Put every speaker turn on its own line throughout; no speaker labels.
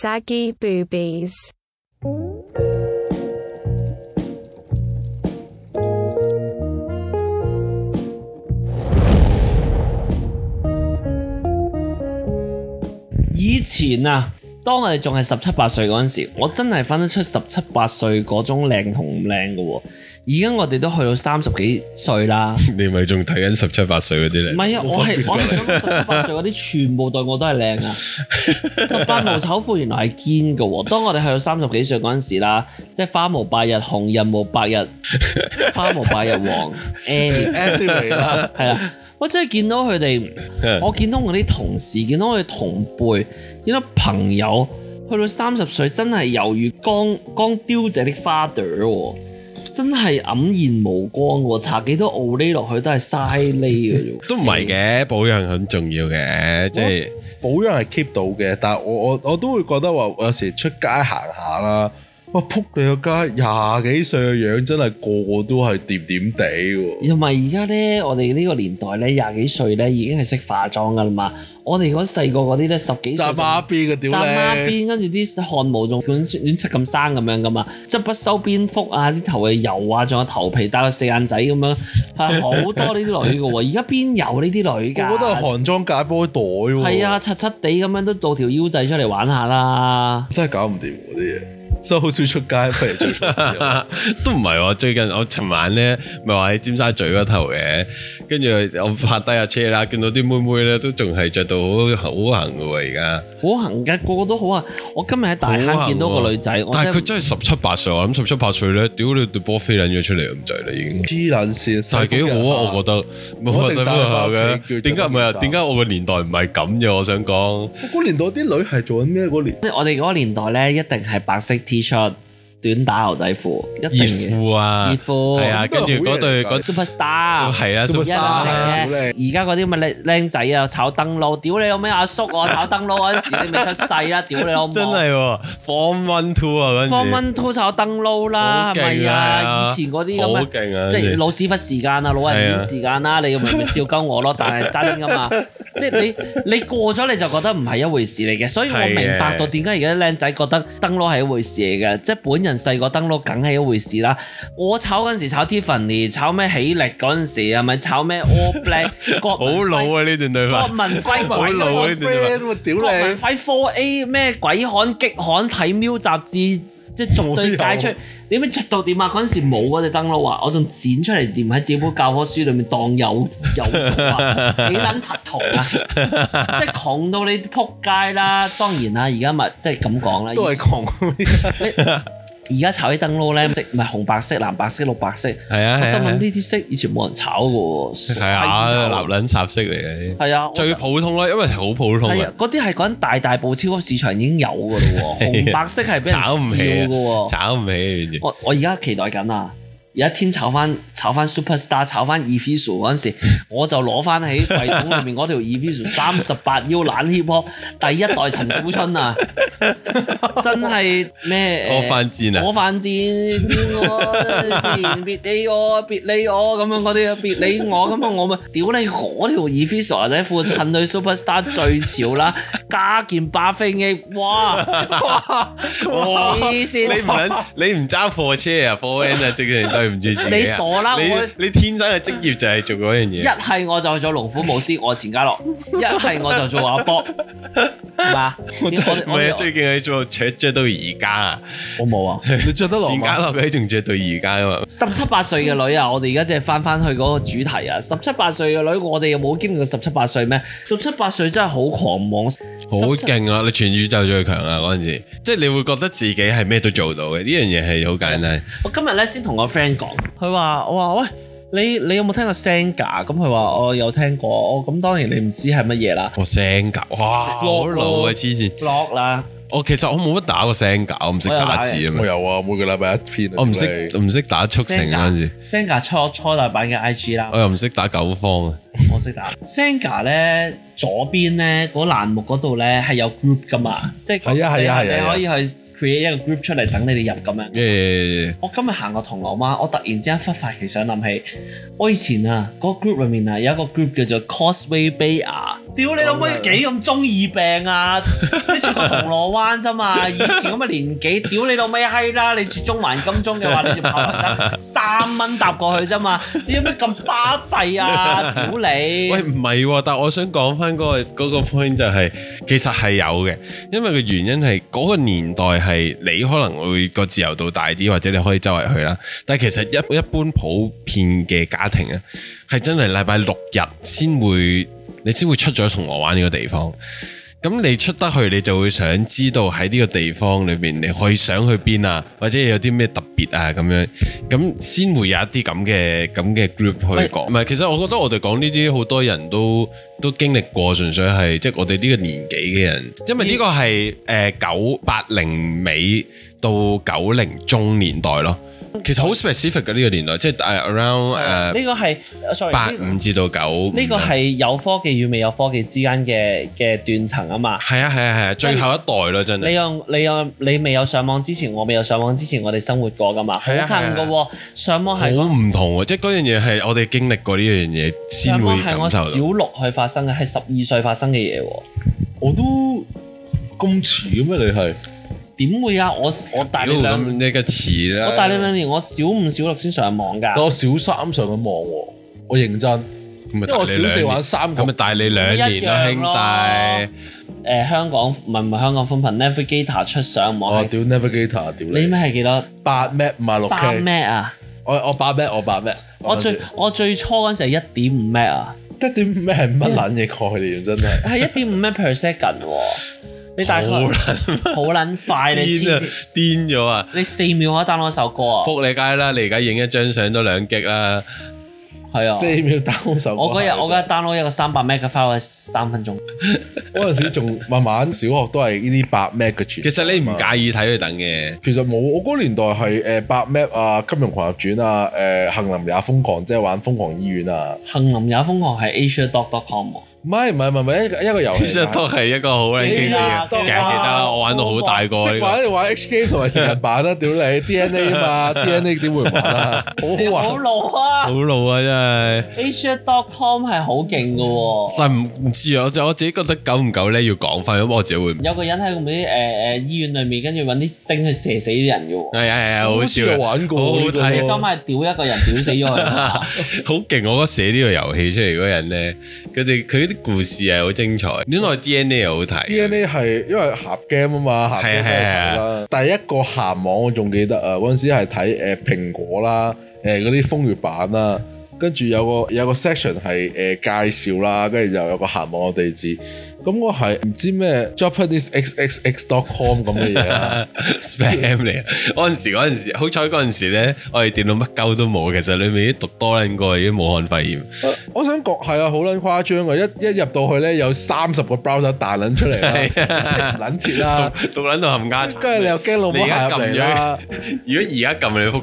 saggy boobies.
以前啊，當我哋仲係十七八歲嗰陣時，我真係分得出十七八歲嗰種靚同唔靚嘅喎。而家我哋都去到三十幾歲啦，
你咪仲睇緊十七八歲嗰啲咧？
唔係啊，我係我係諗十七八歲嗰啲全部對我都係靚啊！十八無醜婦原來係堅嘅喎。當我哋去到三十幾歲嗰陣時啦，即係花無百日紅，人無百日，花無百日黃。anyway
anyway 啦，
係啦，我真係見到佢哋，我見到我啲同事，見到我哋同輩，見到朋友，去到三十歲真係猶如剛剛凋謝的花朵喎，真係黯然無光喎，搽幾多奧呢落去都係嘥呢嘅啫。
都唔係嘅，保養很重要嘅，即係
保養係 keep 到嘅，但係我我我都會覺得話有時出街行下啦，哇！撲你個街，廿幾歲嘅樣真係個個都係掂掂地喎。
同埋而家咧，我哋呢個年代咧，廿幾歲咧已經係識化妝噶啦嘛。我哋嗰細個嗰啲咧，十幾歲
扎孖邊嘅
紮孖
屌你，
邊，跟住啲汗毛仲捲捲出咁生咁樣噶嘛，即係不修邊幅啊，啲頭嘅油啊，仲有頭皮戴個四眼仔咁樣，係好多呢啲女嘅喎。而家邊有呢啲女㗎？
個個都係韓裝解波袋喎。
係啊，，柒柒地咁樣都到條腰仔出嚟玩下啦。
真係搞唔掂嗰啲嘢，所以好少出街，不如做錯 事啊。
都唔係喎。最近我尋晚咧，咪話喺尖沙咀嗰頭嘅，跟住我拍低架車啦，見到啲妹妹咧都仲係着到好好行嘅喎，而家。
好行㗎，個個都好啊！我今日喺大坑見到個女仔，我
但係佢
真係
真係十七八歲，我諗十七八歲咧，屌你對波飛撚咗出嚟咁滯啦已經。
黐撚線，
但係幾好啊，我覺
得。
得冇
我
乜
一
使乜
定帶
下
返屋企
嘅。
叫
點解唔係啊？
佢
點解我個年代唔係咁嘅？我想講。
我啊嗰年代啲女係做緊咩嗰年？
我哋嗰個年代咧，一定係白色 T 恤、短打牛仔褲，一
熱
定嘅
褲啊，
熱褲
係啊，跟住嗰對
咁都係好嘢嚟㗎
嗰
superstar
係啊
Super
一定
Superstar
啊
咧，而家嗰啲咁嘅僆僆仔啊，炒燈籠，屌你老味阿叔我炒燈籠嗰陣時，你咪出世啦，屌你老母！
真係喎，Form One Two 啊嗰
方
陣時，
蚊吐炒燈籠啦，
好勁啊
係咪
係啊
啊？以前嗰啲
好
咁嘅。
勁啊！
即係
真係
老屎忽時間啊，老人院時間啦，你咪咪笑鳩我 咯，但係真噶嘛，即係你你過咗你就覺得唔係一回事嚟嘅，所以我
係嘅
明白到點解而家啲僆仔覺得燈籠係一回事嚟嘅，即係本人細個燈籠梗係一回事啦。我炒嗰陣時炒 Tiffany，炒咩喜力嗰陣時係咪炒咩 All Black？郭文輝
好老啊呢段對
郭
白，
文輝
好老啊呢段對白
friend 喎，屌
郭文
你！
輝 Four A 咩鬼刊激刊睇 Miu 雜誌，即係逐對解出
冇有，
你咩出到點啊？嗰陣時冇嗰隻燈籠啊，我仲剪出嚟掂喺自己本教科書裏面當有有圖 啊，幾撚柒圖啊！即係窮到你撲街啦！當然啦，而家咪即係咁講啦，
都係窮，
而家炒啲燈籠咧，即咪紅白色、藍白色、綠白色。
係
我
啊
心
係
諗呢
啊
啲色以前冇人炒嘅喎，
係啊，
係
立撚雜色嚟嘅，
係啊，我
最普通啦，因為好普通
係
啊
啊，，嗰啲係講緊大大部超級市場已經有嘅 咯喎，紅白色係俾人
炒唔起
笑嘅
啊
喎。
炒唔起完全。
我我而家期待緊啊！有一天炒翻炒翻 Superstar 炒翻 e f i s u 嗰陣 時，我就攞翻喺櫃桶裏面嗰條 e f i s u 三十八腰懶 hip hop 第一代陳小春 啊！真係咩？
我犯賤啊！
我犯賤，屌我自然別理我，別理我咁樣嗰啲，別理我咁啊，我咪屌你嗰條 e f i s o 仔褲襯對 superstar 最潮 啦，加件巴菲機，哇！
哇
黐
你
線
唔撚，你唔揸貨車啊貨 N 啊，直情對唔住自己啊
你傻啦我
你你天生嘅職業就係做嗰樣
一
嘢。
係我就做龍虎武師，我錢嘉樂；一係我就做阿 波，係嘛？我
唔係啊，
我
最勁係做着着到而家啊！
我冇啊！
你着得落
前家
嗎？
落佢仲着到而家啊嘛，
十七八歲嘅女啊，我哋而家即係翻翻去嗰個主題啊！十七八歲嘅女，我哋有冇經歷過十七八歲咩？十七八歲真係好狂妄，
好勁啊！你全宇宙最強啊嗰陣時，即係你會覺得自己係咩都做到嘅，呢樣嘢係好簡單。
我今日咧先同我 friend 講，佢話我話喂，你你有冇聽過 Senga？咁佢話我有聽過，我咁當然你唔知係乜嘢啦。
我聲格，哇，好老啊黐線！
block 啦，
我其實我冇乜打過聲格，我唔識打字啊嘛
我，有啊，每個禮拜一篇啊。
我唔
屌
識
你
唔識打速成嗰陣時，
Senga 初初代版嘅 IG 啦
我，又唔識打九方啊，
我識打 Senga 咧，左邊咧嗰欄目嗰度咧係有 group 噶嘛，即係
係啊係啊
你
係啊
你可以去 create 一個 group 出嚟等你哋入咁樣。
誒
我今日行過銅鑼灣，我突然之間忽發奇想諗起，我以前啊，嗰、個 group 裏面啊有一個 group 叫做 Causeway Bay 啊，屌你老母
講得
幾咁中意病啊！你住個銅鑼灣啫嘛，以前咁嘅年紀，屌你老味閪啦！你住中環金鐘嘅話，你住炮台山三蚊搭過去啫嘛，你有咩咁巴閉啊？屌你！
喂，唔係喎，但係我想講翻嗰個嗰個 point 就係、其實係有嘅，因為個原因係嗰、個年代係你可能會個自由度大啲，或者你可以周圍去啦。但係其實一一般普遍嘅家庭啊，係真係禮拜六日先會，你先會出咗銅鑼灣呢個地方。咁你出得去，你就會想知道喺呢個地方裏面，你可以想去邊啊，或者有啲咩特別啊咁樣，咁先會有一啲咁嘅咁嘅 group 去講。唔係，其實我覺得我哋講呢啲好多人都都經歷過，純粹係即係我哋呢個年紀嘅人，因為呢個係誒九八零尾到九零中年代咯。其實好 specific 嘅呢個年代，即係誒 around 誒
呢個係，sorry，
八
呢
五至到九。
呢個係有科技與未有科技之間嘅嘅斷層啊嘛。
係啊係啊係啊，最後一代咯，真係
你。有你有你未有上網之前，我未有上網之前，我哋生活過噶嘛，好
係
近
啊係啊
噶喎。上網
好
係
唔同喎，即係嗰樣嘢係我哋經歷過呢樣嘢先
上
會
網
感
係我小
受到。
六去發生嘅，係十二歲發生嘅嘢喎。
我都咁遲嘅咩？你係
點會啊？我我大你
咁
兩，
呢個詞啦，
我大你兩年，我小五小六先上網
但我
㗎。
小三上緊網喎，我認真，
咁咪
因為我
大你
小四
兩
玩
年，
三
咁
級
咪大你兩年啦，
一樣咯
兄弟。
誒、香港唔係唔係香港寬頻 Navigator 出上
我
哦
網
哦屌
係，
Navigator，屌
你咩
你
係幾多？
八 m 唔係六
三
K，
咩啊？
我我八 m 我八 m
我最我最初嗰陣時係一點五咩啊？
一點五咩係乜撚嘢概念真係？
係一點五咩 per second 喎？你大概
好撚
好撚快，你
癲
黐
啊
線！！
癲咗啊！
你四秒可以 download 首歌啊！
仆你街啦！你而家影一張相都兩擊啦，
係啊！
四啊秒打好手。
我嗰日我嗰日 download 一個三百 m 嘅 file 係三分鐘，
嗰陣時仲慢慢小學都係呢啲八 m 嘅傳。啊
其實你唔介意睇佢等嘅，
其實冇，我嗰年代係誒八 map 啊，《金融狂俠傳》啊，誒《杏林也瘋狂》，即係玩瘋狂醫院啊。
杏林也瘋狂係 AsiaDoc.com 喎。
唔係唔係唔係，一個一個遊
其
戲
實
嚟㗎。
都係一個好撚經典嘅。其實
記
記
得
得啦，我玩到好大個呢
識玩
個。
就玩 H K 同埋成人版啊啦，屌你 D N A 啊嘛，D N A 點會唔玩啊？好好
好
玩，
老
好
啊
老啊，真係！
！Asia.com 係好勁嘅喎，
但唔唔知啊，我就我自己覺得久唔久咧要講翻，咁我自己會唔
有個人喺嗰啲誒誒醫院裏面，跟住揾啲精去射死啲人嘅喎。
係係係哎好笑啊
有
嘅。
玩過
好好
呢個
睇
真係屌一個人屌死咗 佢啊，
好勁！我覺得寫呢個遊戲出嚟嗰個人咧，佢哋佢啲故事係好精彩，戀愛 DNA 又好睇。
D N A 係因為鹹 game 啊嘛，鹹 game 都係睇啦。第一個鹹網我仲記得啊，嗰陣時係睇誒蘋果啦，誒嗰啲風月版啦，跟住有個有個 section 係誒、介紹啦，跟住就有個鹹網嘅地址。咁我係唔知咩 Japanese XXX dot com 咁嘅嘢啊啦，
spam 嚟啊！嗰陣時嗰陣時，好彩嗰陣時咧，我哋電腦乜鳩都冇，其實裏面啲讀多撚過已經武漢肺炎。
呃我想講係啊，好撚誇張啊！一一入到去咧，有三十個 browser 彈撚出嚟
啊
啦，食唔撚切
啊
啦，
讀讀撚到冚家鏟，
跟住你又驚老母
你而家
行入嚟啦。
如果而家撳你撲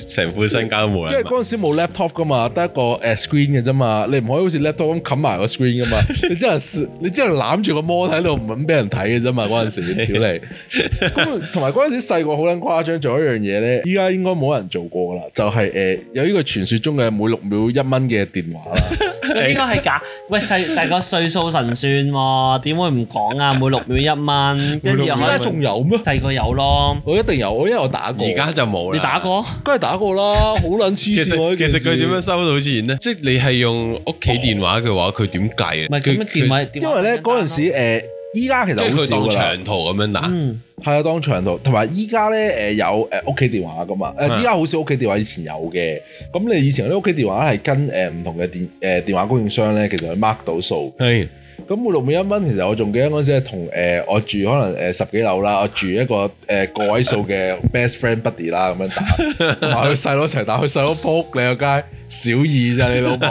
街，成副身家都冇
因為
人。
嗰陣時冇 laptop 噶嘛，得一個誒 screen 嘅啫嘛，你唔可以好似 laptop 咁冚埋個 screen 噶嘛，你只能你只能攬住個 mon 喺度唔肯俾人睇嘅啫嘛，嗰陣
啊
時屌你！咁啊同埋嗰陣時細個好撚誇張，做一樣嘢咧，依家應該冇人做過噶啦，就係、誒、有呢個傳説中嘅每六秒一蚊嘅電話啦，
哎
呢個係假。喂，細大個歲數神算喎，點會唔講 啊？每六秒一蚊，跟住又
而
可
家
以
仲有咩？
細個有咯。
我一定有，我因為我打過，
而家就冇啦。
你打？過？
梗係打過啦，好撚黐
其
線喎！
實
呢
其
件事
實佢點樣收到錢咧？即係你係用屋企電話嘅話，佢點計啊？
唔係咁
佢
樣電話，電
因
話
為咧
點樣
嗰陣
打
時誒，依家其
佢即
實
係
好
佢
少
當
噶啦。
長途咁樣打。
嗯，
係啊，當場度，同埋依家咧誒有誒屋企電話噶嘛，誒
嗯
依家好少屋企電話，以前有嘅。咁你以前嗰啲屋企電話係跟誒唔同嘅電誒電話供應商咧，其實係 mark 到數。
係
咁每六每一蚊，其實我仲記得嗰陣時係同誒我住可能誒十幾樓啦，我住一個誒個位數嘅 best friend buddy 啦咁樣打， 同埋佢細佬一齊打，佢細佬撲你個街，小二咋你老母！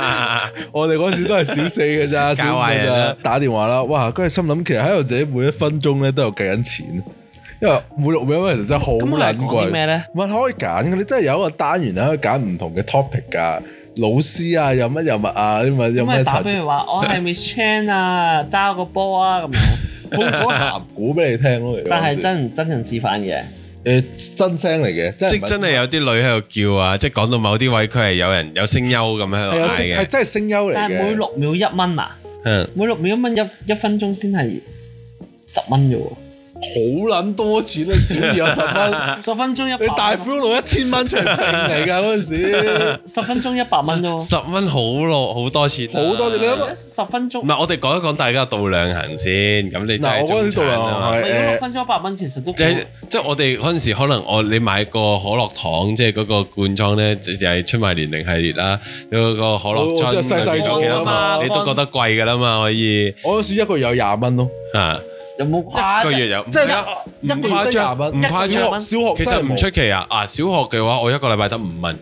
我哋嗰時都係小四 嘅咋，小
教
五
壞
嘅
人
咋
啊，
打電話啦，哇！跟住心諗，其實喺度自己每一分鐘咧都有計緊錢，因為每六秒嗰陣時真係好
咁佢係
撚
講啲
貴。
咩啊咧？
唔係可以揀嘅，你真係有一個單元可以揀唔同嘅 topic 㗎，老師啊，有乜有物啊，有乜有
咁咪
乜
打
陳
俾佢話我係 Miss Chan 啊，揸個波啊咁樣，
好好鹹股俾你聽咯。
但係
誒、
真真人示範嘅，
真聲嚟嘅， 真
即
係唔
係
係
真係有啲女喺度叫啊！即係講到某啲位，佢係有人有聲優咁喺
係
度
有
嗌
聲係
嘅，
真係聲優嚟
但係每
嘅。
六秒一蚊啊，
嗯，
每六秒一蚊一一分鐘先係十蚊啫喎，
好撚多錢啊！小二有 十蚊，
十分鐘一
你大
百，
骷髏一千蚊出嚟揈嚟㗎嗰 陣時，
十分鐘一百蚊啫喎，
十蚊好咯，好多錢啊，
好多你諗下
十分鐘
唔。係，我哋講一講大家嘅度量衡先。咁你真
嗱
係
我嗰
中
陣時度
產
量
啊嘛
衡係
喂如果
誒
六。分鐘一百蚊，其實都
即
幾
係即係我哋嗰陣時，可能我你買個可樂糖，即係嗰個罐裝咧，就就係出賣年齡系列啦。有個可樂
哦
樽
即係細細
個㗎嘛
你都覺得貴㗎啦嘛，可以
我嗰時一個月有廿蚊咯，
啊
有冇
一
誇
個
張
月有
即係
唔
一個月得
誇張
廿蚊，
唔誇張。
小學小學
其實
真係
唔
冇
出奇啊！啊，小學嘅話，我一個禮拜得五蚊，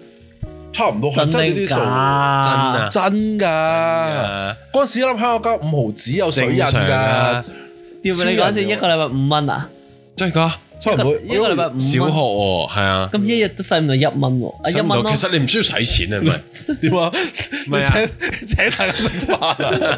差唔多，係真呢
定
啲
假？
數
真
à.
啊
真㗎。
啊
嗰陣時一粒香口膠五毫子有水印
正常啊
㗎，
屌你嗰陣時一個禮拜五蚊啊，
真係㗎。
差唔多
一個禮拜五蚊，
小學喎，係啊，
咁一日都使唔到一蚊喎，啊一蚊咯
其。實你唔需要使錢啊，係咪？
點啊？
係啊
你請請大家食飯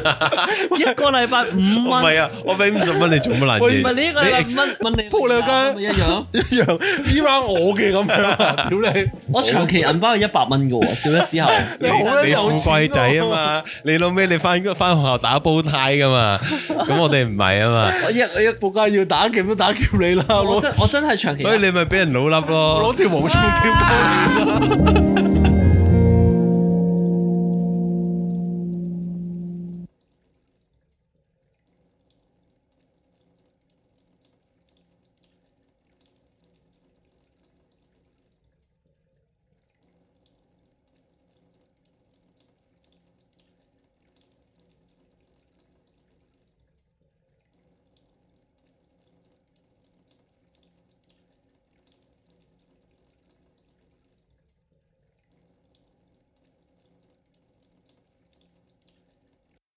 啊？
一個禮拜五
唔係
蚊，
啊，我俾五十蚊你做乜撚
唔
嘢？
係你一個禮拜五蚊，問你
仆你個街
咪一樣咯。
一樣呢 round 我嘅咁樣啊，屌你！
我長期銀包係一百蚊嘅喎，小一之後，
你好啦
你富
有錢
貴仔啊
喎
嘛，你老尾你翻翻學校打煲呔噶嘛，咁我哋唔係啊 嘛，
我一我一
仆街要打劫都打劫你啦，
我
攞
真我真係長期
啊
所以你咪俾人老笠咯。
攞條毛蟲跳高。